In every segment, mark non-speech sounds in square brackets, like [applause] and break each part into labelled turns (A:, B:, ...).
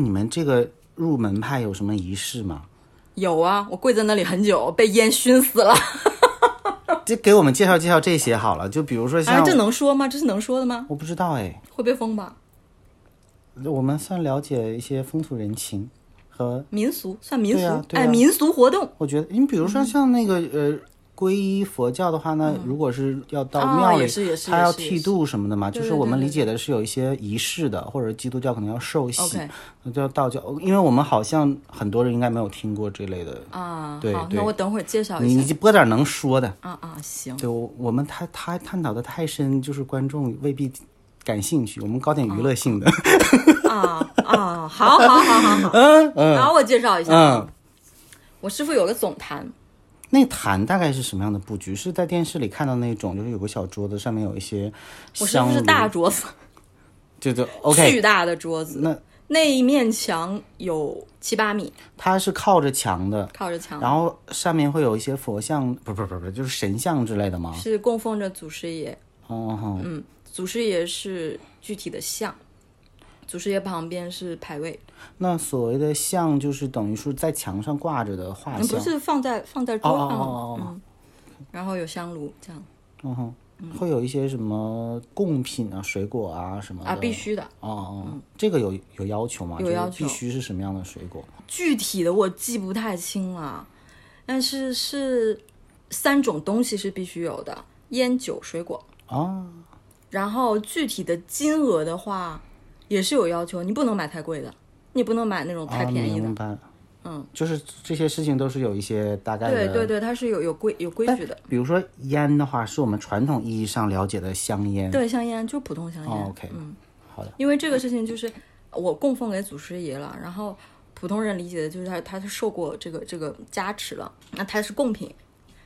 A: 你们这个入门派有什么仪式吗？ [laughs]
B: 有啊，我跪在那里很久，被烟熏死了。
A: 就给我们介绍介绍这些好了。就比如说像，
B: 哎，这能说吗？这是能说的吗？
A: 我不知道哎，
B: 会被封吧？
A: 我们算了解一些风土人情和，
B: 民俗算民
A: 对
B: 俗，
A: 啊啊对啊
B: 哎，民俗活动
A: 我觉得你比如说像那个、
B: 嗯
A: 呃。皈依佛教的话呢，如果是要到
B: 啊
A: 庙里，
B: 嗯也是也是
A: 他
B: 也
A: 要
B: 是
A: 剃
B: 也是
A: 度什么的嘛，
B: 对
A: 就是
B: 对
A: 我
B: 对
A: 们
B: 对
A: 理解的是有一些仪式的，或者基督教可能要受洗
B: OK
A: 那就要道教，因为我们好像很多人应该没有听过这类的。
B: 啊。
A: 对
B: 好，
A: 对
B: 那我等会儿介绍
A: 你
B: 一
A: 你
B: 下。
A: 就播点能说的，
B: 啊啊，行，
A: 对，我我们太太探讨的太深，就是观众未必感兴趣。我们搞点娱乐
B: 哦
A: 性的。
B: 啊啊，好好好好好，
A: 嗯嗯
B: 好，我介绍一下。
A: 嗯，
B: 我师傅有个总坛，
A: 那坛大概是什么样的布局？是在电视里看到那种，就是有个小桌子，上面有一些
B: 我师
A: 香哦
B: 傅
A: 炉，
B: 是大桌子，
A: 就就
B: 巨
A: OK。
B: 大的桌子，
A: 那
B: 那一面墙有七八米，
A: 它是靠着墙的，
B: 靠着墙，
A: 然后上面会有一些佛像，不不不不，就是神像之类的吗？
B: 是供奉着祖师爷。
A: 哦、嗯，
B: 嗯，祖师爷是具体的像，祖师爷旁边是牌位，
A: 那所谓的像就是等于是在墙上挂着的画
B: 嗯不
A: 像，
B: 是放在放在
A: 哦
B: 桌
A: 哦
B: 上
A: 哦
B: 的，
A: 哦哦，
B: 嗯，然后有香炉这样
A: 嗯哼，会有一些什么贡品啊、水果啊什么的
B: 啊，必须的。
A: 哦哦，这个有有要求吗？
B: 有
A: 就是
B: 要求
A: 必须是什么样的水果？
B: 具体的我记不太清了，但是是三种东西是必须有的：烟酒、水果。
A: 哦，
B: 然后具体的金额的话，也是有要求，你不能买太贵的，你不能买那种太
A: 啊
B: 便宜的。
A: 明白。嗯，就是这些事情都是有一些大概
B: 对
A: 的。哎
B: 对对，它是有有规有规矩的。
A: 比如说烟的话，是我们传统意义上了解的香烟。
B: 对，香烟就普通香烟。
A: 哦，OK
B: 嗯，
A: 好的。
B: 因为这个事情就是我供奉给祖师爷了，然后普通人理解的就是他他是受过这个这个加持了，那它是贡品。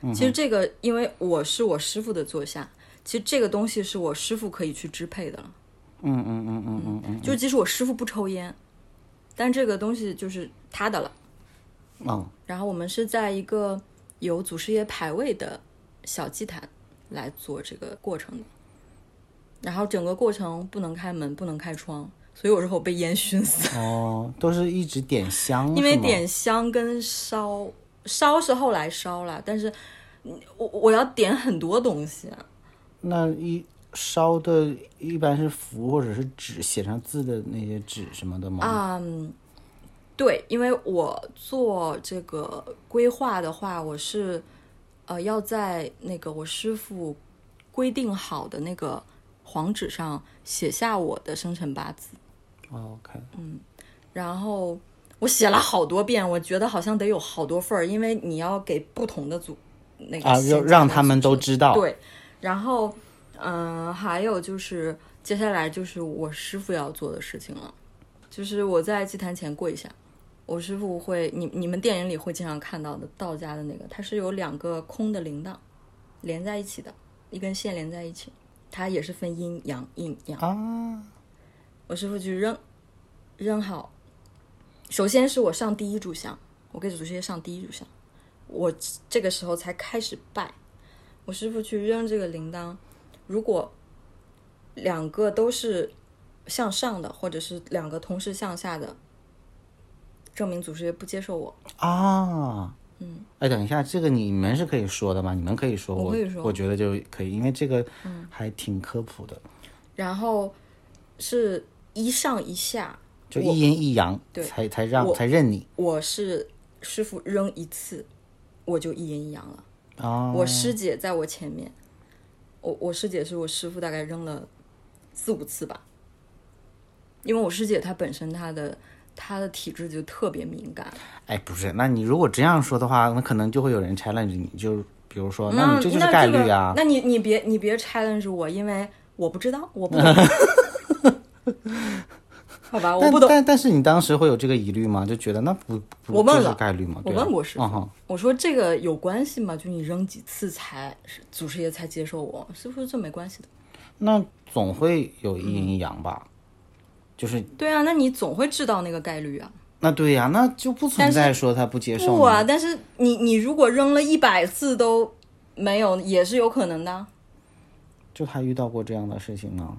A: 嗯
B: 其实这个，因为我是我师傅的座下，其实这个东西是我师傅可以去支配的了。
A: 嗯嗯嗯嗯嗯嗯。
B: 就即使我师傅不抽烟，但这个东西就是他的了。
A: 哦，
B: 然后我们是在一个有祖师爷牌位的小祭坛来做这个过程的，然后整个过程不能开门，不能开窗，所以有时候被烟熏死，
A: 哦，都是一直点香，
B: 因为
A: 是吗
B: 点香跟烧烧是后来烧了，但是嗯我我要点很多东西，
A: 那一烧的一般是符或者是纸，写上字的那些纸什么的吗？
B: 嗯，对，因为我做这个规划的话，我是呃要在那个我师傅规定好的那个黄纸上写下我的生辰八字，
A: 哦，OK，
B: 然后我写了好多遍，我觉得好像得有好多份儿，因为你要给不同的组那个
A: 啊，
B: 先
A: 要
B: 进
A: 让
B: 来
A: 他们都知道。
B: 对，然后嗯、呃还有就是接下来就是我师傅要做的事情了，就是我在祭坛前跪下。我师傅会，你你们电影里会经常看到的道家的那个，它是有两个空的铃铛连在一起的，一根线连在一起，它也是分阴阳阴阳。
A: 啊，
B: 我师傅去扔，扔好。首先是我上第一炷香，我给祖师爷上第一炷香，我这个时候才开始拜。我师傅去扔这个铃铛，如果两个都是向上的，或者是两个同时向下的，证明祖师爷不接受我。
A: 啊，嗯，哎，等一下，这个你们是可以说的吗？你们可以说，
B: 我
A: 我
B: 可以说
A: 我觉得就可以，因为这个还挺科普的，
B: 然后是一上一下，
A: 就一阴一阳，才才让才认你
B: 我是师傅扔一次，我就一阴一阳了。
A: 啊。
B: 我师姐在我前面，我我师姐是我师傅大概扔了四五次吧，因为我师姐她本身她的她的体质就特别敏感，
A: 哎，不是，那你如果这样说的话，那可能就会有人 challenge 你，就比如说，那
B: 那
A: 你这就
B: 嗯那
A: 是概率啊
B: 这个、。那你你别你别 challenge 我，因为我不知道，我
A: [laughs]
B: 不懂。好吧，我
A: 但
B: 不懂。
A: 但但是你当时会有这个疑虑吗？就觉得那不不
B: 我问
A: 就是
B: 了
A: 概率吗？
B: 我
A: 对啊
B: 问过师傅
A: 嗯哼
B: 我说这个有关系吗？就你扔几次才祖师爷才接受我？师傅说这没关系的。
A: 那总会有一阴一阳吧？就是
B: 对啊，那你总会知道那个概率啊。
A: 那对呀、那就不存
B: 但是
A: 在说他不接受
B: 不
A: 你
B: 啊，但是你你如果扔了一百次都没有，也是有可能的。啊
A: 就他遇到过这样的事情吗？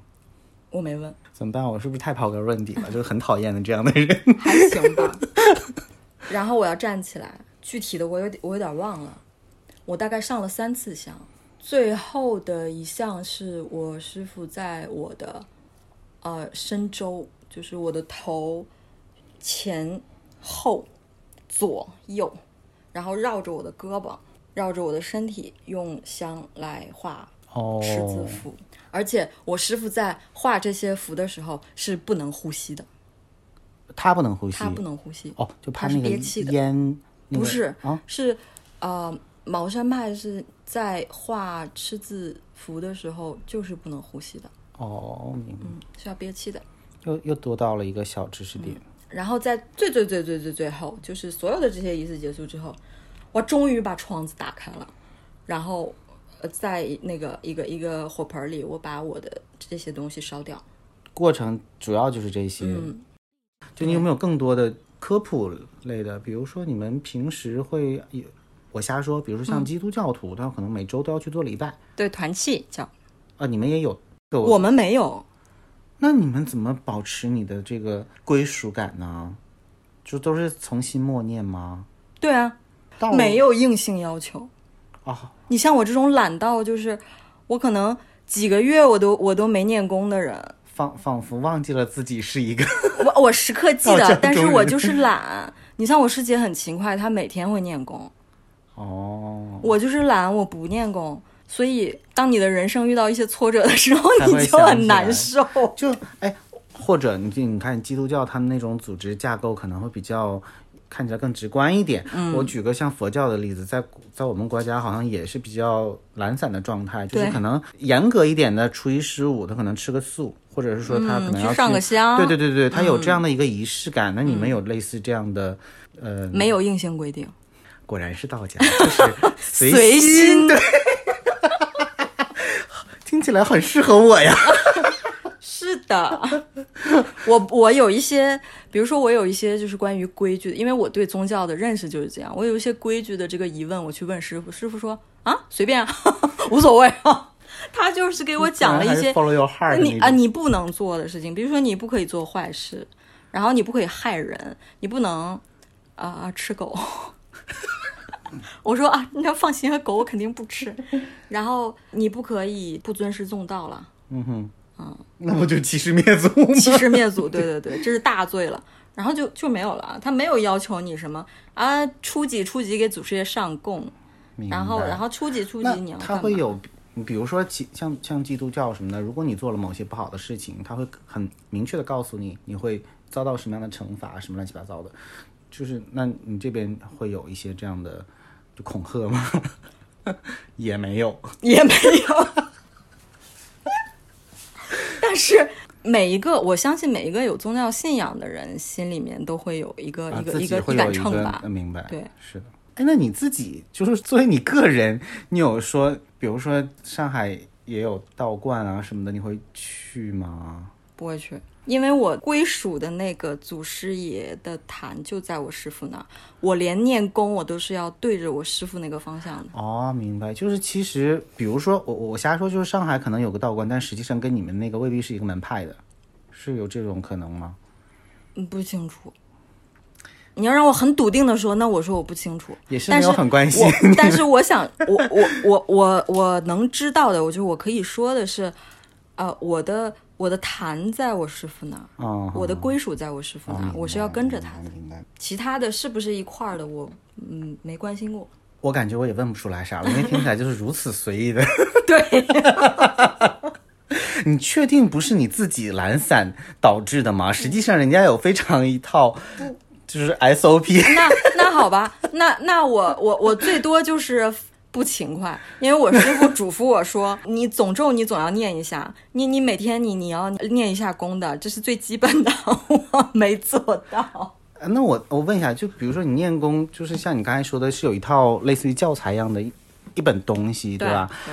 B: 我没问，
A: 怎么办？我是不是太刨根问底了？ [laughs] 就是很讨厌的这样的人。
B: [laughs] 还行吧。然后我要站起来，具体的我有点我有点忘了，我大概上了三次香，最后的一项是我师傅在我的呃身周，就是我的头前后左右，然后绕着我的胳膊，绕着我的身体，用香来画
A: 哦，
B: 十字符。而且我师傅在画这些符的时候是不能呼吸的，
A: 他不能呼吸
B: 他。不能呼吸。
A: 哦，就怕
B: 他是
A: 那个
B: 憋气的
A: 烟。那
B: 不
A: 个
B: 是，
A: 啊，
B: 是呃，茅山派是在画赤字符的时候，就是不能呼吸的，
A: 哦，明白
B: 嗯，是要憋气的。
A: 又又多到了一个小知识点。
B: 然后在最最最最最最后，就是所有的这些仪式结束之后，我终于把窗子打开了，然后呃，在那个一个一个火盆里，我把我的这些东西烧掉。
A: 过程主要就是这些。
B: 嗯，
A: 就你有没有更多的科普类的？比如说你们平时会，我瞎说，比如说
B: 嗯
A: 像基督教徒，他可能每周都要去做礼拜
B: 对，团气叫
A: 啊，你们也有。对
B: 我们没有，
A: 那你们怎么保持你的这个归属感呢？就都是从心默念吗？
B: 对啊，
A: 到
B: 没有硬性要求。
A: 啊，
B: 你像我这种懒到，就是我可能几个月我都我都没练功的人，
A: 仿仿佛忘记了自己是一个
B: 我我时刻记
A: 到哦这
B: 得
A: 儿，
B: 但是
A: 终于
B: 我就是懒。你像我师姐很勤快，她每天会练功，
A: 哦，
B: 我就是懒，我不练功。所以，当你的人生遇到一些挫折的时候，
A: 才会
B: 你就很难受。
A: [laughs] 就哎，或者你就你看基督教他们那种组织架构可能会比较。看起来更直观一点。
B: 嗯
A: 我举个像佛教的例子，在在我们国家好像也是比较懒散的状态，就是
B: 对
A: 可能严格一点的，初一十五他可能吃个素，或者是说他可能要
B: 嗯去上个香嗯
A: 对对对对，他有这样的一个仪式感。那你们有类似这样的，呃，
B: 没有硬性规定，
A: 果然是道家，
B: [laughs]
A: 就是随
B: 随心
A: 对， [laughs] 听起来很适合我呀。
B: 是的， [laughs] 我我有一些，比如说我有一些就是关于规矩的，因为我对宗教的认识就是这样。我有一些规矩的这个疑问，我去问师傅，师傅说啊，随便、啊， [laughs] 无所谓啊。他就是给我讲了一
A: 还是
B: 些
A: follow your heart 的
B: 你
A: 那
B: 啊
A: 种
B: 你不能做的事情，比如说你不可以做坏事，然后你不可以害人，你不能啊、吃狗。 [laughs] 我说啊，你要放心，狗我肯定不吃。然后你不可以不尊师重道了。
A: 那不就欺师灭祖吗？
B: 欺师灭祖，对对对，这是大罪了。然后就就没有了啊，他没有要求你什么啊，初几初几给祖师爷上供，
A: [laughs] 明白
B: 然后然后初几初几
A: 那
B: 你要干
A: 他
B: 嘛
A: 会有，比如说其像像基督教什么的，如果你做了某些不好的事情，他会很明确的告诉你你会遭到什么样的惩罚，什么乱七八糟的。就是那你这边会有一些这样的就恐吓吗？ [laughs] 也没有。
B: 也没有。但是每一个，我相信每一个有宗教信仰的人心里面都会有一个、
A: 啊
B: 呃一个
A: 自
B: 一
A: 己
B: 个
A: 会
B: 一
A: 有
B: 杆
A: 一
B: 秤
A: 个
B: 吧
A: 呃。明白，
B: 对，
A: 是的。哎，那你自己就是作为你个人，你有说，比如说上海也有道观啊什么的，你会去吗？
B: 不会去，因为我归属的那个祖师爷的坛就在我师傅那儿，我连念功我都是要对着我师傅那个方向的。
A: 哦，明白，就是其实，比如说我我我瞎说，就是上海可能有个道观，但实际上跟你们那个未必是一个门派的，是有这种可能吗？
B: 嗯，不清楚。你要让我很笃定的说，那我说我不清楚，
A: 也是
B: 但
A: 没
B: 是
A: 有很关心 [laughs]
B: 我但是我想，我我我我我能知道的，我就我可以说的是，呃，我的我的坛在我师傅那儿，
A: 啊。
B: 我的归属在我师傅那儿，我是要跟着他的，
A: 明白。
B: 其他的是不是一块儿的，我嗯没关心过。
A: 我感觉我也问不出来啥了，因为听起来就是如此随意的。
B: [laughs] 对，
A: [laughs] 你确定不是你自己懒散导致的吗？实际上，人家有非常一套，就是 SOP。
B: 那那好吧，那那我我我最多就是不勤快，因为我师傅嘱咐我说，你总咒你总要念一下，你你每天你你要念一下功的，这是最基本的， [laughs] 我没做到。
A: 呃那我我问一下，就比如说你练功，就是像你刚才说的，是有一套类似于教材一样的一一本东西，对吧？？
B: 对。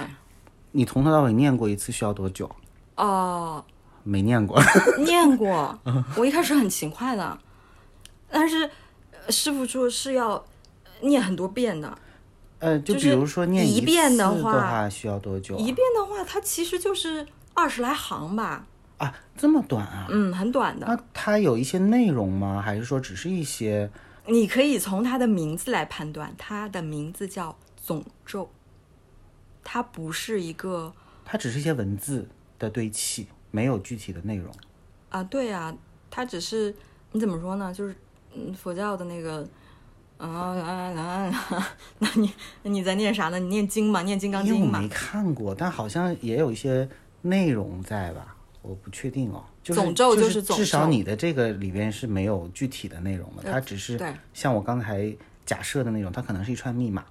A: 你从头到尾念过一次需要多久？
B: 哦、
A: 没念过， [laughs]
B: 念过，我一开始很勤快的，但是呃师傅说是要念很多遍的，
A: 呃，就
B: 就是
A: 比如说念
B: 一
A: 次
B: 遍的
A: 的
B: 话
A: 需要多久啊、
B: 一遍的话，它其实就是二十来行吧。
A: 啊，这么短啊？
B: 嗯，很短的。
A: 那它有一些内容吗？还是说只是一些
B: 你可以从它的名字来判断，它的名字叫总咒，它不是一个
A: 它只是一些文字的堆砌，没有具体的内容？
B: 啊，对啊，它只是你怎么说呢？就是嗯，佛教的那个。啊啊啊！ [laughs] 那你你在念啥呢？你念经吗？念《金刚
A: 因为
B: 经》
A: 我
B: 吗
A: 没？看过，但好像也有一些内容在吧？我不确定哦。就是
B: 总咒
A: 就
B: 就是总
A: 至少
B: 咒
A: 你的这个里边是没有具体的内容的，
B: 呃
A: 它只是
B: 对
A: 像我刚才假设的那种，它可能是一串密码。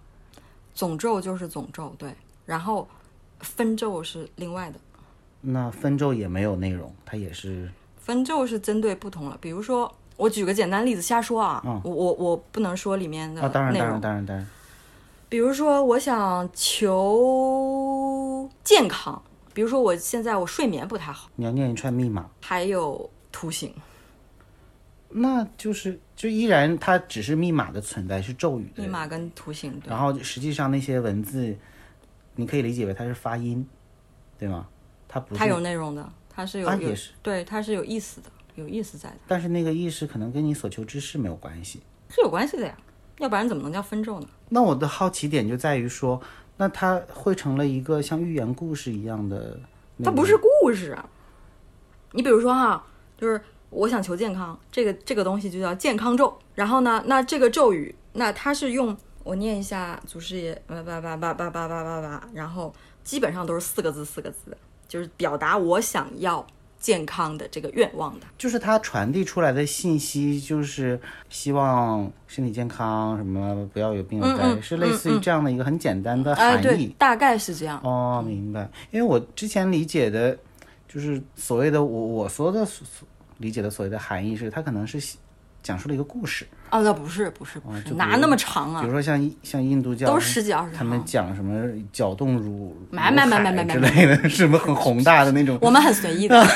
B: 总咒就是总咒，对。然后分咒是另外的，
A: 那分咒也没有内容，它也是
B: 分咒是针对不同了。比如说，我举个简单例子，瞎说啊，我我我不能说里面的
A: 嗯啊，当然
B: 内
A: 当
B: 容。
A: 然当然当然，
B: 比如说，我想求健康，比如说我现在我睡眠不太好，
A: 你要念一串密码，
B: 还有图形，
A: 那就是就依然它只是密码的存在，是咒语
B: 密
A: 的。
B: 码跟图形，对
A: 然后实际上那些文字，你可以理解为它是发音，对吗？它不是
B: 它有内容的，它是有、
A: 啊
B: 有
A: 也是
B: 对，它是有意思的，有意思在的，
A: 但是那个意识可能跟你所求之事没有关系。
B: 是有关系的呀，要不然怎么能叫分咒呢？
A: 那我的好奇点就在于说，那它会成了一个像寓言故事一样的那
B: 它
A: 种，
B: 不是故事啊。你比如说哈，就是我想求健康，这个这个东西就叫健康咒。然后呢，那这个咒语，那它是用我念一下祖师爷叭叭叭叭叭叭叭叭叭，然后基本上都是四个字四个字的，就是表达我想要健康的这个愿望的。
A: 就是它传递出来的信息，就是希望身体健康，什么不要有病有灾，
B: 嗯嗯
A: 是类似于这样的一个很简单的
B: 哎，
A: 含
B: 对
A: 义。，
B: 大概是这样。
A: 哦，明白。因为我之前理解的，就是所谓的我我说的所所理解的所谓的含义是，它可能是讲述了一个故事，
B: 啊，那不是不是不，
A: 哦就是比
B: 哪
A: 如
B: 那么长
A: 比
B: 啊
A: 如？说像像印度教
B: 都是十几二十
A: 他们
B: 行
A: 讲什么搅动乳
B: 买买买买买买
A: 之类的，什么很宏大的那种。
B: 我们很随意的。
A: [laughs]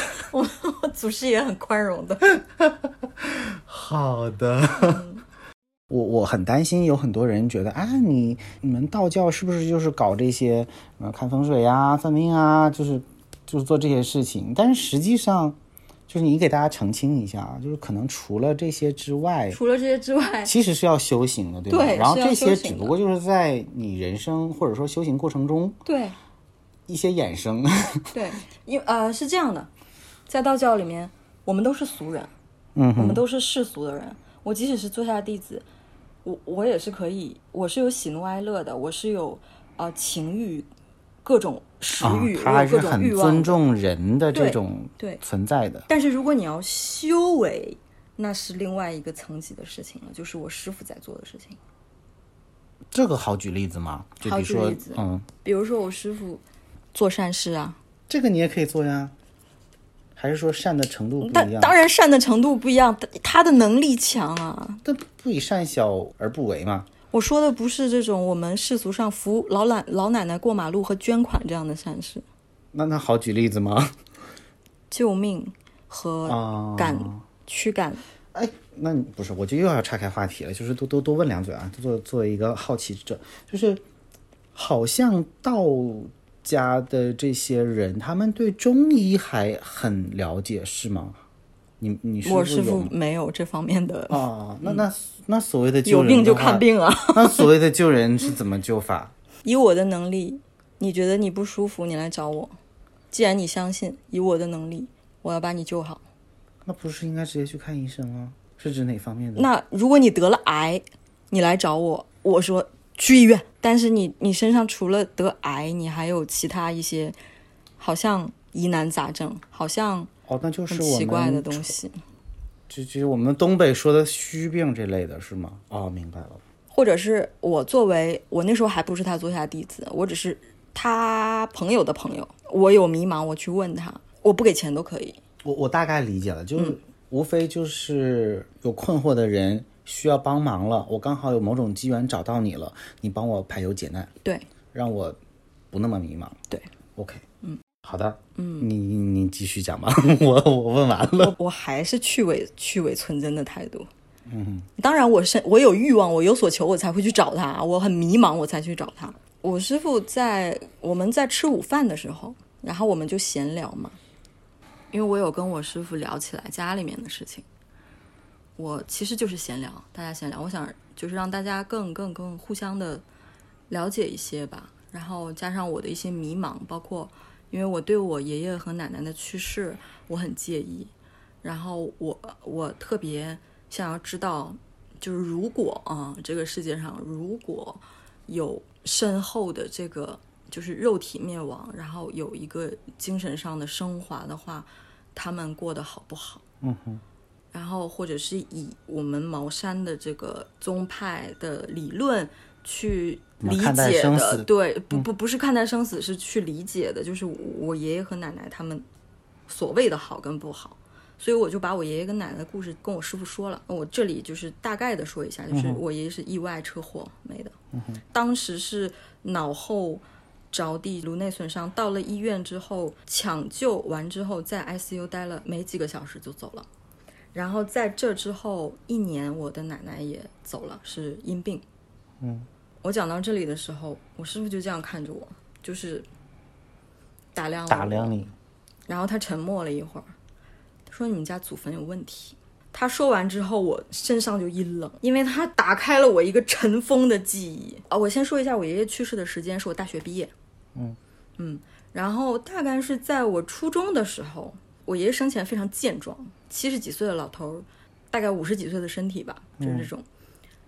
B: [laughs] 我 [laughs] 我祖师爷很宽容的，
A: 好的。 [laughs] 我我很担心，有很多人觉得啊，你你们道教是不是就是搞这些，呃，看风水啊、算命啊，就是就是做这些事情？但是实际上，就是你给大家澄清一下啊，就是可能除了这些之外，
B: 除了这些之外，
A: 其实是要修行的，对吧？
B: 对
A: 然后
B: 是要
A: 这些
B: 修行
A: 只
B: 的
A: 不过就是在你人生或者说修行过程中
B: [laughs] 对
A: 一些衍生。 [laughs]
B: 对，因呃是这样的，在道教里面，我们都是俗人，
A: 嗯
B: 我们都是世俗的人。我即使是座下弟子，我我也是可以，我是有喜怒哀乐的，我是有呃情欲、各种食
A: 啊
B: 欲，，
A: 他
B: 我
A: 还
B: 有各
A: 是
B: 种
A: 很
B: 欲望
A: 尊
B: 的。
A: 重人的这
B: 对
A: 种
B: 对
A: 存在的。
B: 但是如果你要修为，那是另外一个层级的事情了，就是我师傅在做的事情。
A: 这个好举例子吗？就比
B: 好
A: 如
B: 举
A: 说
B: 例子，
A: 嗯，
B: 比如说我师傅做善事啊，
A: 这个你也可以做呀，还是说善的程度不
B: 但
A: 一样？
B: 当然善的程度不一样，他他的能力强啊。
A: 但不以善小而不为嘛。
B: 我说的不是这种我们世俗上扶老奶老奶奶过马路和捐款这样的善事，
A: 那那好举例子吗？
B: 救命和
A: 啊
B: 赶、驱赶。
A: 哎，那你不是，我就又要岔开话题了，就是多多多问两嘴啊，做作为一个好奇者，就是好像道家的这些人，他们对中医还很了解，是吗？你你是
B: 我
A: 是有
B: 师傅
A: 吗
B: 没有这方面的，
A: 哦，那那那所谓的救
B: 有
A: 人
B: 病就
A: 的话
B: 看，病啊。
A: 那所谓的救人是怎么救法？
B: 以我的能力，你觉得你不舒服，你来找我。既然你相信，以我的能力，我要把你救好。
A: 那不是应该直接去看医生吗？是指哪方面的？
B: 那如果你得了癌，你来找我，我说去医院。但是你你身上除了得癌，你还有其他一些，好像疑难杂症，好像
A: 哦，那就是
B: 很
A: 我
B: 奇怪的
A: 们
B: 东西，
A: 就就是我们东北说的虚病这类的是吗？哦，明白了。
B: 或者是我作为我那时候还不是他座下弟子，我只是他朋友的朋友，我有迷茫，我去问他，我不给钱都可以。
A: 我我大概理解了，就是、
B: 嗯
A: 无非就是有困惑的人需要帮忙了，我刚好有某种机缘找到你了，你帮我排忧解难，
B: 对
A: 让我不那么迷茫。
B: 对，
A: OK，嗯，好的，嗯，你你你继续讲吧， [laughs] 我我问完了。
B: 我我还是去伪去伪存真的态度。嗯，当然我是我有欲望，我有所求，我才会去找他。我很迷茫，我才去找他。我师傅在我们在吃午饭的时候，然后我们就闲聊嘛，因为我有跟我师傅聊起来家里面的事情，我其实就是闲聊，大家闲聊，我想就是让大家更更更互相的了解一些吧，然后加上我的一些迷茫，包括因为我对我爷爷和奶奶的去世我很介意，然后我我特别想要知道，就是如果啊这个世界上如果有身后的这个就是肉体灭亡，然后有一个精神上的升华的话，他们过得好不好？
A: 嗯哼，
B: 然后或者是以我们茅山的这个宗派的理论去理
A: 看待
B: 解
A: 生
B: 的，
A: 死嗯
B: 对，不不不是看待生死，是去理解的，就是我爷爷和奶奶他们所谓的好跟不好。所以我就把我爷爷跟奶奶的故事跟我师傅说了，我这里就是大概的说一下，
A: 嗯
B: 就是我爷爷是意外车祸没的，当时是脑后着地，颅内损伤，到了医院之后抢救完之后，在 ICU 待了没几个小时就走了。然后在这之后一年，我的奶奶也走了，是因病。
A: 嗯，
B: 我讲到这里的时候，我师傅就这样看着我，就是打量我
A: 打量你，
B: 然后他沉默了一会儿，他说：“你们家祖坟有问题。”他说完之后，我身上就一冷，因为他打开了我一个尘封的记忆啊！我先说一下我爷爷去世的时间，是我大学毕业，
A: 嗯
B: 嗯，然后大概是在我初中的时候，我爷爷生前非常健壮，七十几岁的老头儿，大概五十几岁的身体吧，就是这
A: 嗯
B: 种。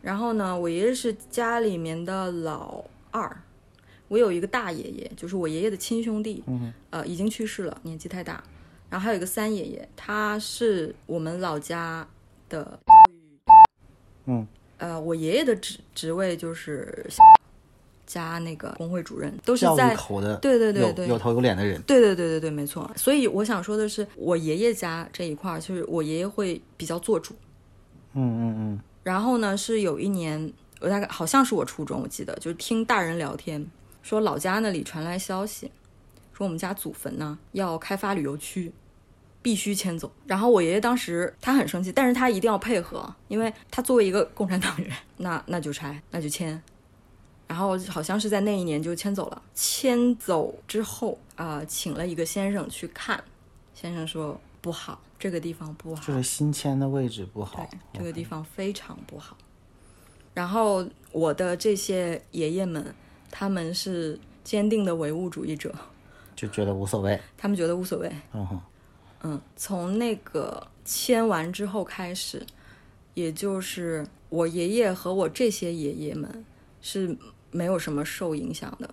B: 然后呢，我爷爷是家里面的老二，我有一个大爷爷，就是我爷爷的亲兄弟，
A: 嗯
B: 呃，已经去世了，年纪太大。然后还有一个三爷爷，他是我们老家的，
A: 嗯，
B: 呃，我爷爷的职职位就是 [laughs] 加那个工会主任，都是
A: 教
B: 在
A: 育口的，
B: 对对对
A: 有
B: 对
A: 有头有脸的人，
B: 对对对对对，没错。所以我想说的是，我爷爷家这一块儿，就是我爷爷会比较做主。
A: 嗯嗯
B: 然后呢，是有一年，我大概好像是我初中，我记得就是听大人聊天，说老家那里传来消息，说我们家祖坟呢要开发旅游区，必须迁走。然后我爷爷当时他很生气，但是他一定要配合，因为他作为一个共产党员，那那就拆，那就迁。然后好像是在那一年就迁走了。迁走之后啊、呃请了一个先生去看，先生说不好，这个地方不好
A: 嗯，，就是新迁的位置不好，
B: 这个地方非常不好。然后我的这些爷爷们，他们是坚定的唯物主义者，
A: 就觉得无所谓，
B: 他们觉得无所谓。
A: 嗯哼，
B: 嗯，从那个签完之后开始，也就是我爷爷和我这些爷爷们是没有什么受影响的。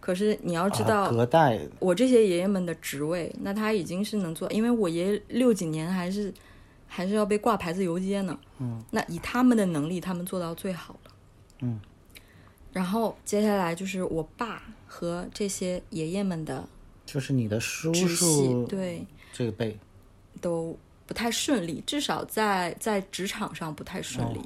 B: 可是你要知
A: 啊
B: 道，
A: 隔代，
B: 我这些爷爷们的职位，那他已经是能做，因为我爷爷六几年还是还是要被挂牌子游街呢。嗯，那以他们的能力，他们做到最好了。
A: 嗯，
B: 然后接下来就是我爸和这些爷爷们的
A: 就是你的叔
B: 直系
A: 叔，
B: 对
A: 这一辈，
B: 都不太顺利，至少在在职场上不太顺利。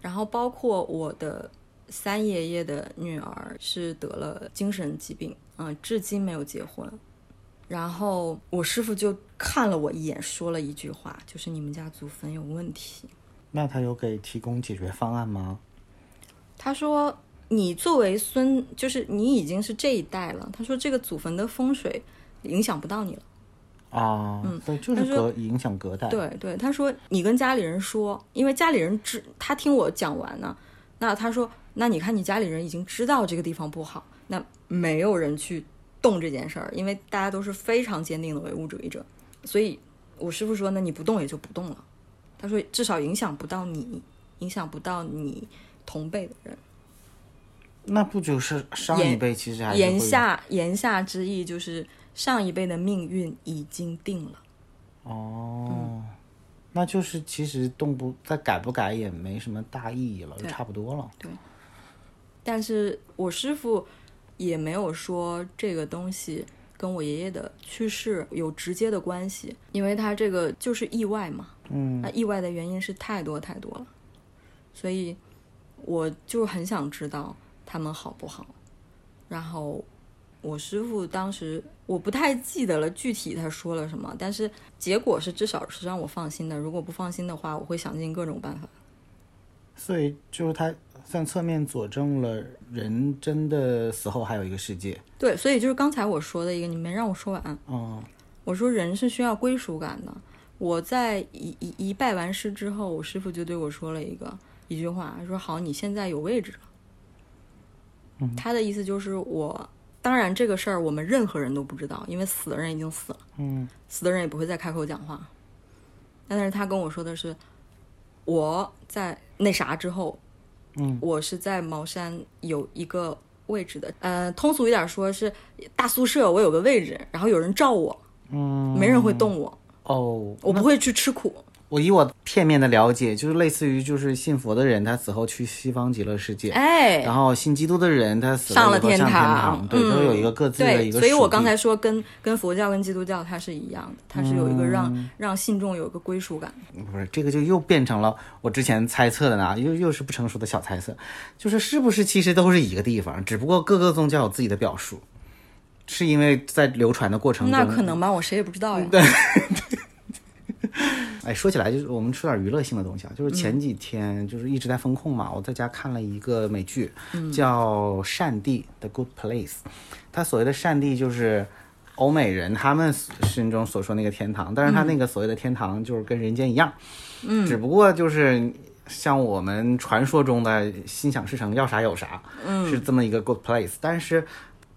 B: 然后包括我的三爷爷的女儿是得了精神疾病，嗯、至今没有结婚。然后我师傅就看了我一眼，说了一句话，就是你们家祖坟有问题。
A: 那他有给提供解决方案吗？
B: 他说：“你作为孙，就是你已经是这一代了。”他说：“这个祖坟的风水影响不到你了。”
A: 啊，对，就是
B: 嗯他说
A: 隔影响隔代，
B: 对对，他说你跟家里人说，因为家里人知他听我讲完呢，那他说那你看你家里人已经知道这个地方不好，那没有人去动这件事儿，因为大家都是非常坚定的唯物主义者，所以我师傅说那你不动也就不动了，他说至少影响不到你，影响不到你同辈的人。
A: 那不就是上一
B: 言
A: 辈其实还是
B: 言
A: 哎会有
B: 下言下之意就是上一辈的命运已经定了。
A: 哦，那就是其实动不再改不改也没什么大意义了，就差不多了。
B: 但是我师傅也没有说这个东西跟我爷爷的去世有直接的关系，因为他这个就是意外嘛。嗯，那意外的原因是太多太多了，所以我就很想知道他们好不好。然后我师傅当时我不太记得了具体他说了什么，但是结果是至少是让我放心的。如果不放心的话，我会想尽各种办法。
A: 所以就是它算侧面佐证了人真的死后还有一个世界。
B: 对，所以就是刚才我说的一个，你没让我说完。
A: 嗯
B: 我说人是需要归属感的。我在一一一拜完师之后，我师傅就对我说了一个一句话，他说：“好，你现在有位置了。”
A: 嗯
B: 他的意思就是我，当然这个事儿我们任何人都不知道，因为死的人已经死了，
A: 嗯
B: 死的人也不会再开口讲话。但是他跟我说的是，我在那啥之后，
A: 嗯，
B: 我是在茅山有一个位置的，呃，通俗一点说是大宿舍，我有个位置，然后有人罩我，
A: 嗯，
B: 没人会动我，
A: 哦，
B: 我不会去吃苦。
A: 我以我片面的了解，就是类似于就是信佛的人，他死后去西方极乐世界。
B: 哎，
A: 然后信基督的人，他死
B: 上
A: 了以后
B: 天
A: 上
B: 堂，
A: 对，
B: 嗯
A: 都有一个各自的一个属地。
B: 对，所以我刚才说跟跟佛教跟基督教它是一样的，它是有一个让、
A: 嗯
B: 让信众有一个归属感。
A: 不是这个就又变成了我之前猜测的呢，又又是不成熟的小猜测，就是是不是其实都是一个地方，只不过各个宗教有自己的表述，是因为在流传的过程中，
B: 那可能吧，我谁也不知道呀。
A: 哎，说起来就是我们说点娱乐性的东西啊，
B: 嗯
A: 就是前几天就是一直在风控嘛，我在家看了一个美剧，
B: 嗯
A: 叫《善地》The Good Place，它所谓的善地就是。欧美人他们心中所说那个天堂，但是他那个所谓的天堂就是跟人间一样，嗯，只不过就是像我们传说中的心想事成，要啥有啥，嗯，是这么一个 good place。但是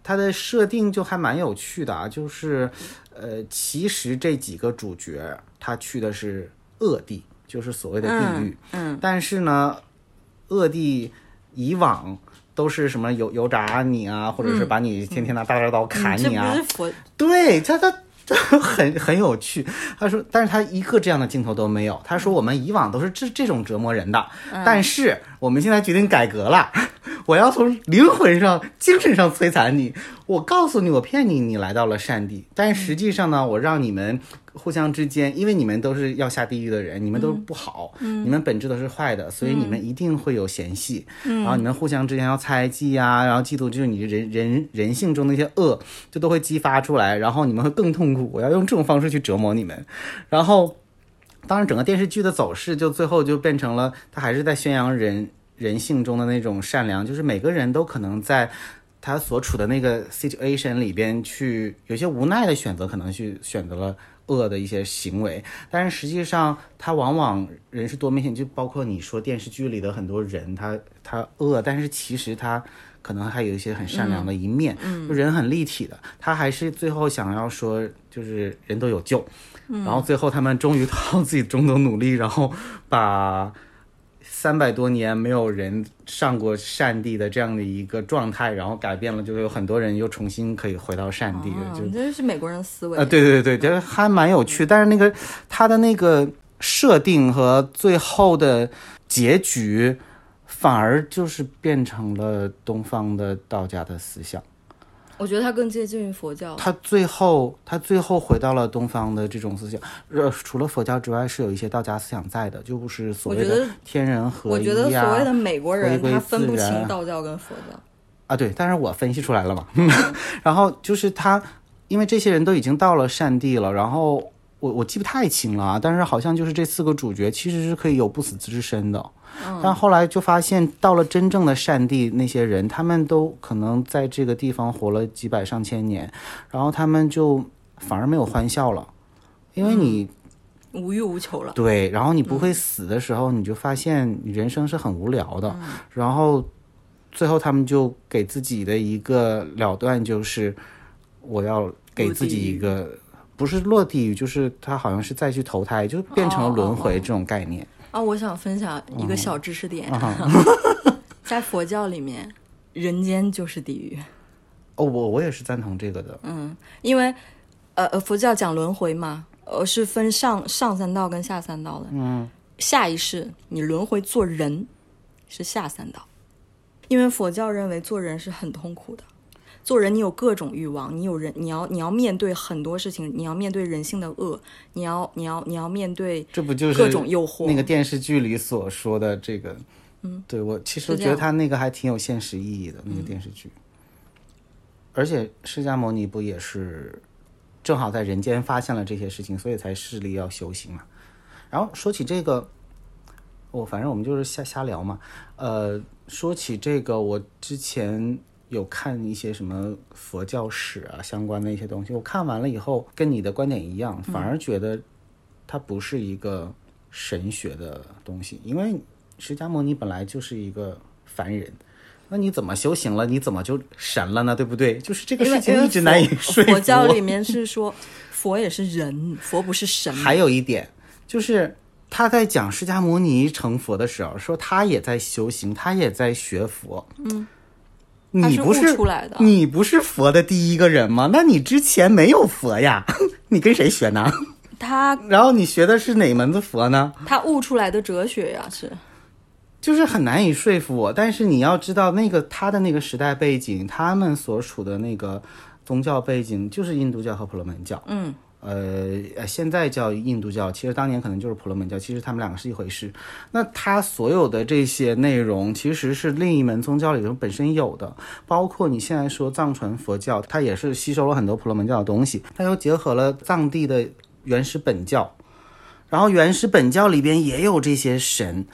A: 它的设定就还蛮有趣的啊，就是，呃，其实这几个主角他去的是恶地，就是所谓的地狱。嗯，但是呢，恶地以往都是什么油油炸你啊，或者是把你天天拿大刀刀砍
B: [laughs] 这
A: 你啊，
B: 不是佛，
A: 对他他。这很很有趣，他说，但是他一个这样的镜头都没有。他说我们以往都是这这种折磨人的，但是我们现在决定改革了， [laughs] 我要从灵魂上、精神上摧残你。我告诉你，我骗你，你来到了善地，但实际上呢，我让你们互相之间，因为你们都是要下地狱的人，你们都不好，你们本质都是坏的，所以你们一定会有嫌隙，然后你们互相之间要猜忌呀、然后嫉妒，就是你人人人性中的一些恶，就都会激发出来，然后你们会更痛苦。我要用这种方式去折磨你们，然后。当然，整个电视剧的走势就最后就变成了，他还是在宣扬人人性中的那种善良，就是每个人都可能在他所处的那个 situation 里边去有些无奈的选择，可能去选择了恶的一些行为，但是实际上他往往人是多面性，就包括你说电视剧里的很多人，他他恶，但是其实他。可能还有一些很善良的一面，就人很立体的，他还是最后想要说，就是人都有救，然后最后他们终于靠自己种种努力，然后把三百多年没有人上过善地的这样的一个状态，然后改变了，就是有很多人又重新可以回到善地，
B: 啊
A: 就
B: 你这是美国人思维。嗯
A: 啊，对对对，就是还蛮有趣，但是那个它的那个设定和最后的结局，反而就是变成了东方的道家的思想。
B: 我觉得它更接近于佛教。
A: 他最后，他最后回到了东方的这种思想，呃，除了佛教之外，是有一些道家思想在的，就不是所
B: 我
A: 谓
B: 觉得
A: 的天人合
B: 我
A: 一呀、啊
B: 觉得所谓的美国
A: 回
B: 人，
A: 归
B: 他分不
A: 自然
B: 清道教跟佛教。
A: 啊，对，但是我分析出来了嘛。 [laughs] 然后就是他，因为这些人都已经到了善地了，然后我我记不太清了啊，但是好像就是这四个主角其实是可以有不死之身的，但后来就发现到了真正的善地，那些人他们都可能在这个地方活了几百上千年，然后他们就反而没有欢笑了，因为你
B: 无欲无求了，嗯
A: 对，然后你不会死的时候，你就发现你人生是很无聊的。
B: 嗯
A: 然后最后他们就给自己的一个了断，就是我要给自己一个不是落地狱，就是他好像是再去投胎，就变成了轮回
B: 哦
A: 这种概念。
B: 啊，我想分享一
A: 嗯
B: 个小知识点，
A: 啊
B: [laughs] 在佛教里面，人间就是地狱，
A: 哦，我我也是赞同这个的。
B: 因为呃呃，佛教讲轮回嘛，呃是分上上三道跟下三道的，嗯，下一世你轮回做人是下三道，因为佛教认为做人是很痛苦的。做人，你有各种欲望，你有人，你要你要面对很多事情，你要面对人性的恶，你要你要你要面对
A: 这不就是
B: 各种诱惑
A: 那个电视剧里所说的这个？嗯，对我其实
B: 是这
A: 觉得
B: 样
A: 他那个还挺有现实意义的那个电视剧，而且释迦牟尼不也是正好在人间发现了这些事情，所以才势力要修行嘛。然后说起这个，我、反正我们就是瞎瞎聊嘛。呃，说起这个，我之前有看一些什么佛教史啊相关的一些东西，我看完了以后跟你的观点一样，
B: 嗯
A: 反而觉得它不是一个神学的东西，因为释迦牟尼本来就是一个凡人。那你怎么修行了？你怎么就神了呢？对不对？就是这个
B: 因为
A: 事
B: 因
A: 情
B: 为
A: 一直难以
B: 佛
A: 说服
B: 佛教
A: 我
B: 里面是说，佛也是人，佛不是神。
A: 还有一点就是他在讲释迦牟尼成佛的时候，说他也在修行，他也在学佛。嗯，
B: 他
A: 你
B: 是
A: 不
B: 悟
A: 是
B: 出来的
A: 你不是佛的第一个人吗？那你之前没有佛呀？ [laughs] 你跟谁学呢？
B: 他
A: 然后你学的是哪门子佛呢？
B: 他悟出来的哲学呀、是
A: 就是很难以说服我。但是你要知道，那个他的那个时代背景，他们所处的那个宗教背景就是印度教和婆罗门教。嗯，呃，呃现在叫印度教，其实当年可能就是婆罗门教，其实他们两个是一回事。那他所有的这些内容，其实是另一门宗教里头本身有的，包括你现在说藏传佛教，它也是吸收了很多婆罗门教的东西，它又结合了藏地的原始本教。然后原始本教里边也有这些神，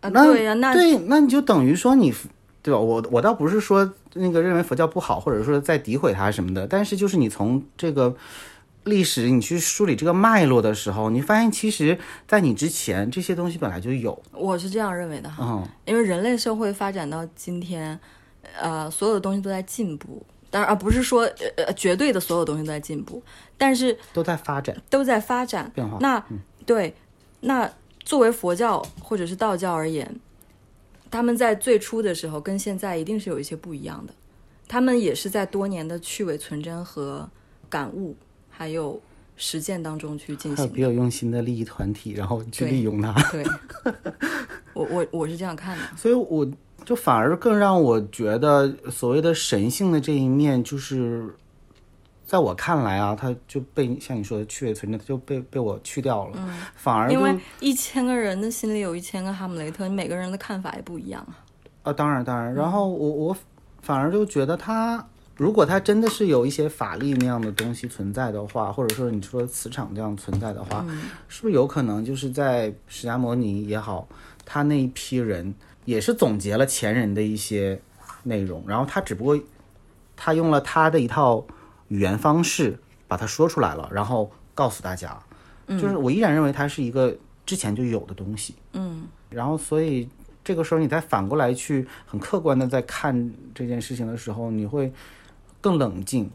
B: 啊，
A: 那
B: 对呀、那
A: 对，那你就等于说你，对吧？我我倒不是说那个认为佛教不好，或者说在诋毁它什么的，但是就是你从这个历史你去梳理这个脉络的时候，你发现其实在你之前这些东西本来就有，
B: 我是这样认为的哈，
A: 嗯
B: 因为人类社会发展到今天，呃，所有的东西都在进步。当然，而不是说呃呃绝对的所有东西都在进步，但是
A: 都在发展
B: 都在发展。
A: 变化。嗯
B: 那、对，那作为佛教或者是道教而言，他们在最初的时候跟现在一定是有一些不一样的，他们也是在多年的去伪存真和感悟，还有实践当中去进
A: 还有
B: 行。
A: 别有用心的利益团体，然后去
B: 对
A: 利用它，
B: 对，我我我是这样看的。
A: 所以我就反而更让我觉得所谓的神性的这一面，就是在我看来啊，它就被像你说的去伪存真，它就被被我去掉了，反而
B: 嗯因
A: 就
B: 为一千个人的心里有一千个哈姆雷特，你每个人的看法也不一样啊。
A: 啊，当然当然。
B: 嗯
A: 然后我我反而就觉得他，如果他真的是有一些法力那样的东西存在的话，或者说你说磁场这样存在的话，
B: 嗯
A: 是不是有可能就是在释迦摩尼也好，他那一批人也是总结了前人的一些内容，然后他只不过他用了他的一套语言方式把它说出来了，然后告诉大家，
B: 嗯
A: 就是我依然认为它是一个之前就有的东西。
B: 嗯
A: 然后所以这个时候你再反过来去很客观的在看这件事情的时候，你会更冷静。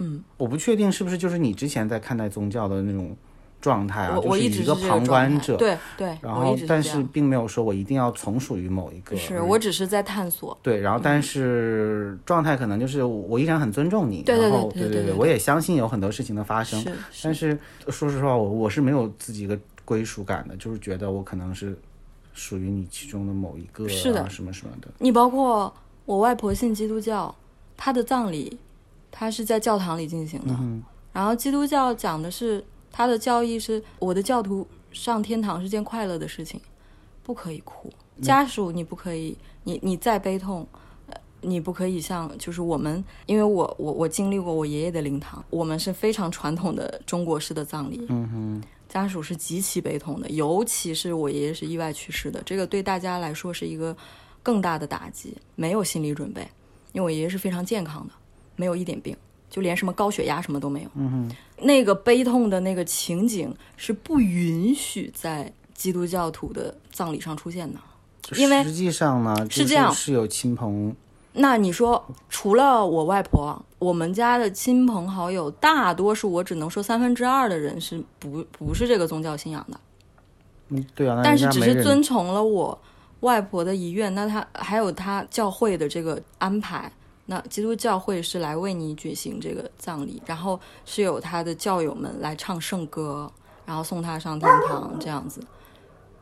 A: 嗯，我不确定是不是就是你之前在看待宗教的那种状态啊，
B: 我
A: 就
B: 我
A: 是
B: 一直
A: 一
B: 是
A: 个
B: 这
A: 旁
B: 状
A: 观
B: 态
A: 者。
B: 对对，
A: 然
B: 我
A: 后
B: 一直
A: 但
B: 这
A: 是
B: 样。
A: 并没有说我一定要从属于某一个。
B: 是
A: 而
B: 我嗯只是在探索，
A: 对，然后但是状态可能就是我我依然很尊重你，
B: 对对
A: 然后
B: 对
A: 对
B: 对对对
A: 我也相信有很多事情的发生，
B: 是
A: 但是说实话，我我是没有自己一个归属感的，就是觉得我可能是属于你其中的某一个、啊，
B: 是的
A: 什么什么的。
B: 你包括我外婆信基督教，她的葬礼，她是在教堂里进行的。然后基督教讲的是她的教义是我的教徒上天堂是件快乐的事情，不可以哭，家属你不可以，你你再悲痛。呃你不可以像，就是我们，因为我我我经历过我爷爷的灵堂，我们是非常传统的中国式的葬礼，嗯哼，家属是极其悲痛的，尤其是我爷爷是意外去世的，这个对大家来说是一个更大的打击，没有心理准备，因为我爷爷是非常健康的，没有一点病，就连什么高血压什么都没有。嗯那个悲痛的那个情景是不允许在基督教徒的葬礼上出现的。因为
A: 实际上呢，
B: 是
A: 就
B: 这样
A: 是有亲朋
B: 那你说，除了我外婆，啊我们家的亲朋好友，大多数我只能说三分之二的人是不不是这个宗教信仰的，
A: 嗯，对啊，那
B: 但是
A: 人家没
B: 只是
A: 人
B: 遵从了我外婆的遗愿，那他还有他教会的这个安排。那基督教会是来为你举行这个葬礼，然后是有他的教友们来唱圣歌，然后送他上天堂这样子。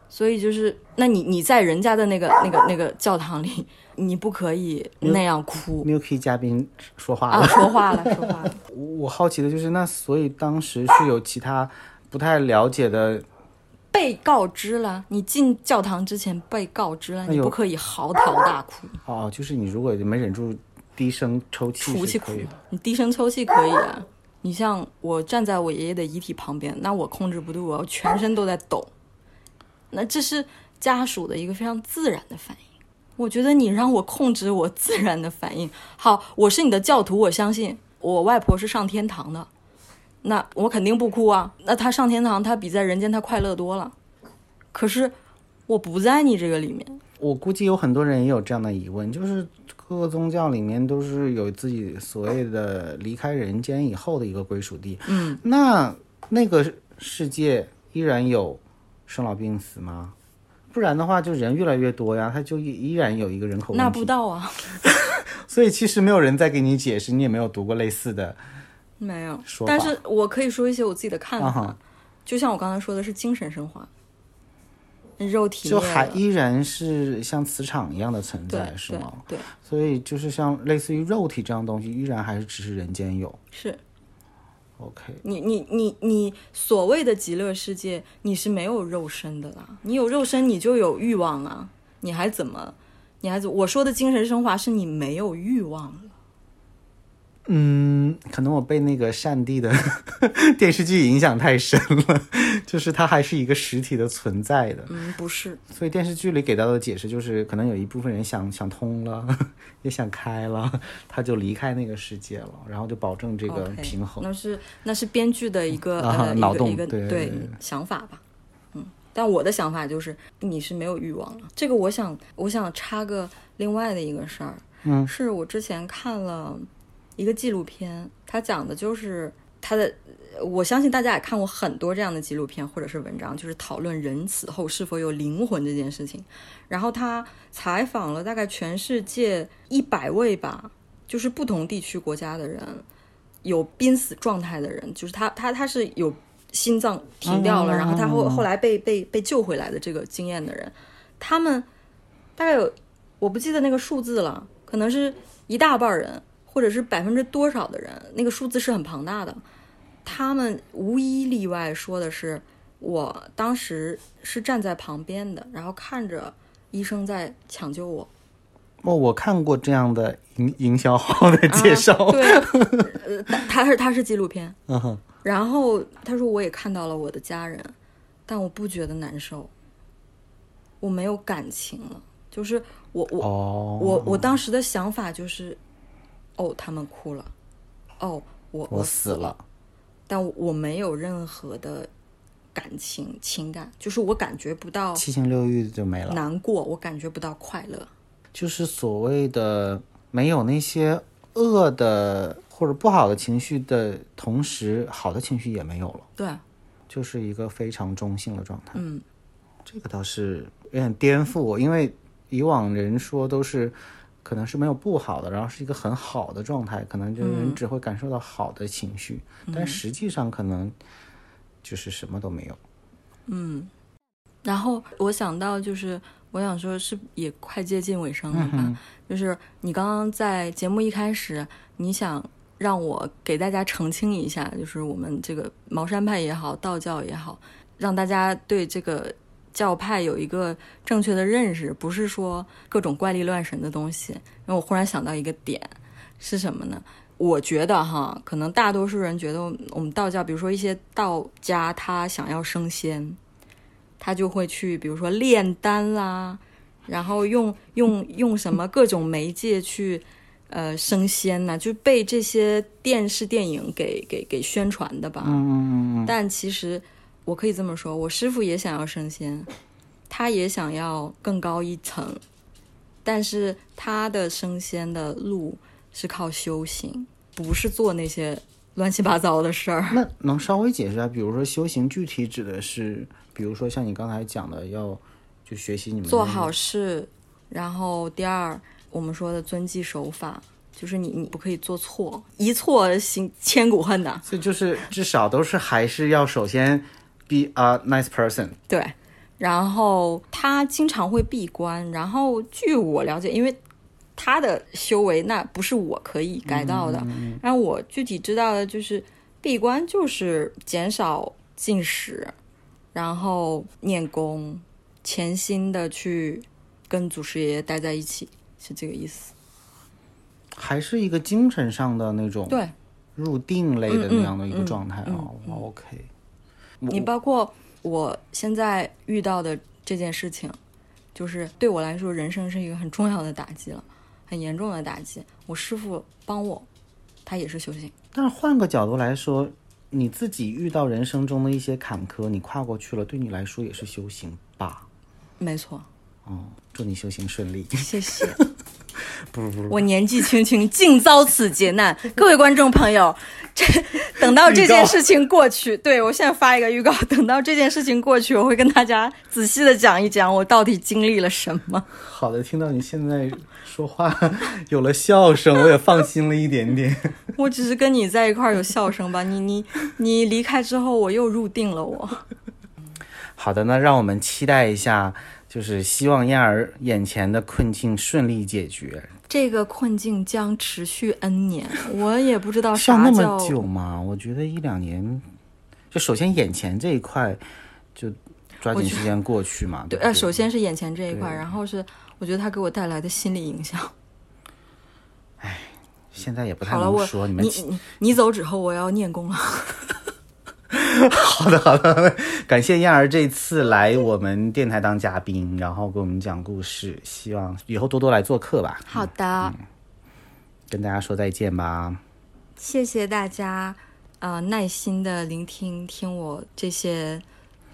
B: 所以就是，那你你在人家的那个那个那个教堂里，你不可以那样哭
A: Milky 嘉宾说话
B: 啊！
A: 了。
B: 说话了，说话了。
A: 我我好奇的就是，那所以当时是有其他不太了解的，
B: 被告知了，你进教堂之前被告知了，
A: 哎
B: 你
A: 呦
B: 不可以嚎啕大哭。
A: 哦，就是你如果没忍住低声抽泣
B: 出
A: 是
B: 气
A: 可
B: 哭
A: 以的。，
B: 你低声抽气可以啊。你像我站在我爷爷的遗体旁边，那我控制不住啊，我全身都在抖。那这是家属的一个非常自然的反应。我觉得你让我控制我自然的反应。好，我是你的教徒，我相信我外婆是上天堂的，那我肯定不哭啊。那她上天堂，她比在人间她快乐多了。可是我不在你这个里面，
A: 我估计有很多人也有这样的疑问，就是各个宗教里面都是有自己所谓的离开人间以后的一个归属地。嗯，那那个世界依然有生老病死吗？不然的话，就人越来越多呀，它就依然有一个人口
B: 那
A: 问
B: 不
A: 题。
B: 到啊，
A: 所以其实没有人再给你解释，你也没有读过类似的。
B: 没有
A: 说。
B: 但
A: 法
B: 是我可以说一些我自己的看
A: 啊
B: 法，
A: 哈，
B: 就像我刚才说的是精神升华，肉体
A: 就
B: 灭
A: 还
B: 了
A: 依然是像磁场一样的存在，
B: 对
A: 是吗？
B: 对对
A: 所以就是像类似于肉体这样东西，依然还是只是人间有。
B: 是。
A: OK，
B: 你你你你所谓的极乐世界，你是没有肉身的啦。你有肉身，你就有欲望啊。你还怎么？你还怎？我说的精神升华是你没有欲望了。
A: 嗯，可能我被那个善地的 [laughs] 电视剧影响太深了，就是它还是一个实体的存在的。
B: 嗯，不是，
A: 所以电视剧里给到的解释就是，可能有一部分人想想通了， [laughs] 也想开了，他就离开那个世界了，然后就保证这个
B: OK，
A: 平衡。
B: 那是那是编剧的一个、
A: 啊
B: 呃一
A: 脑
B: 个
A: 洞
B: 一个
A: 对对对对
B: 想法吧。嗯，但我的想法就是你是没有欲望了。这个我想我想插个另外的一个事儿，
A: 嗯，
B: 是我之前看了一个纪录片，它讲的就是它的。呃我相信大家也看过很多这样的纪录片或者是文章，就是讨论人死后是否有灵魂这件事情。然后他采访了大概全世界一百位吧，就是不同地区国家的人，有濒死状态的人，就是他他他是有心脏停掉了，
A: 嗯
B: 然后他后后来被被被救回来的这个经验的人，他们大概有我不记得那个数字了，可能是一大半人，或者是百分之多少的人，那个数字是很庞大的。他们无一例外说的是，我当时是站在旁边的，然后看着医生在抢救我。
A: 哦，我看过这样的营营销号的介绍。
B: 啊、对，呃，他他是他是纪录片，
A: 哦嗯哼，
B: 然后他说我也看到了我的家人，但我不觉得难受，我没有感情了，就是我我
A: 哦，
B: 我我当时的想法就是，哦，他们哭了，哦，我
A: 我死
B: 死
A: 了。
B: 但我没有任何的感情情感，就是我感觉不到
A: 七情六欲就没了，
B: 难过，我感觉不到快乐。
A: 就是所谓的没有那些恶的或者不好的情绪的同时，好的情绪也没有了，
B: 对，
A: 就是一个非常中性的状态。
B: 嗯，
A: 这个倒是有点颠覆我，因为以往人说都是。可能是没有不好的，然后是一个很好的状态，可能
B: 嗯
A: 就是人只会感受到好的情绪，但实际上可能就是什么都没有。
B: 嗯然后我想到就是，我想说是也快接近尾声了吧？就是你刚刚在节目一开始，你想让我给大家澄清一下，就是我们这个茅山派也好，道教也好，让大家对这个教派有一个正确的认识，不是说各种怪力乱神的东西。然后我忽然想到一个点，是什么呢？我觉得哈，可能大多数人觉得我们道教，比如说一些道家，他想要升仙，他就会去，比如说炼丹啦，然后用用用什么各种媒介去，呃，升仙呐、就被这些电视电影给给给宣传的吧。
A: 嗯嗯嗯
B: 但其实我可以这么说，我师傅也想要升仙，他也想要更高一层，但是他的升仙的路是靠修行，不是做那些乱七八糟的事儿。
A: 那能稍微解释一下，比如说修行具体指的是，比如说像你刚才讲的，要就学习你们
B: 做
A: 那个
B: 好事，然后第二，我们说的遵纪守法，就是你你不可以做错，一错行千古恨呐。
A: 所以就是至少都是还是要首先 be a nice person。
B: 对，然后他经常会闭关，然后据我了解，因为他的修为那不是我可以改到的，然后我具体知道的就是闭关就是减少进食，然后念功，潜心的去跟祖师爷爷待在一起，是这个意思。
A: 还是一个精神上的那种
B: 对，
A: 入定类的
B: 嗯嗯嗯
A: 那样的一个状态啊、OK，
B: 你包括我现在遇到的这件事情，就是对我来说，人生是一个很重要的打击了，很严重的打击。我师傅帮我，他也是修行。
A: 但是换个角度来说，你自己遇到人生中的一些坎坷，你跨过去了，对你来说也是修行吧？
B: 没错，
A: 哦，祝你修行顺利。 [laughs]
B: 谢谢。
A: 不不
B: 我年纪轻轻，竟遭此劫难。各位观众朋友，这等到这件事情过去，对我现在发一个预告，等到这件事情过去，我会跟大家仔细的讲一讲我到底经历了什么。
A: 好的，听到你现在说话有了笑声，我也放心了一点点。 [laughs]
B: 我只是跟你在一块儿有笑声吧，你你你离开之后，我又入定了我。
A: 好的，那让我们期待一下，就是希望燕儿眼前的困境顺利解决。
B: 这个困境将持续 N 年，我也不知道
A: 需要
B: 啥
A: 那
B: 叫
A: 么久吗？我觉得一两年，就首先眼前这一块，就抓紧时间过去嘛。
B: 对，
A: 不
B: 呃，首先是眼前这一块，
A: 对
B: 然后是我觉得它给我带来的心理影响。
A: 现在也不太
B: 好了，我
A: 能说，你们嗯
B: 你你你走之后，我要练功了。
A: 好的，好的，感谢燕儿这次来我们电台当嘉宾，然后给我们讲故事，希望以后多多来做客吧。
B: 好的，
A: 嗯跟大家说再见吧，
B: 谢谢大家，呃，耐心的聆听，听我这些，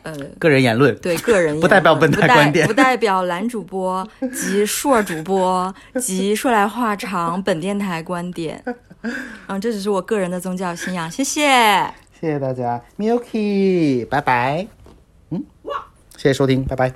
B: 呃，
A: [laughs] 个人言论，
B: 对个人言论
A: [laughs] 不代表本台
B: 不代
A: 观点
B: 不代表蓝主播及硕主播及说来话长本电台观点。嗯，这只是我个人的宗教信仰，谢谢。
A: 谢谢大家，Milky，拜拜，嗯，谢谢收听，拜拜。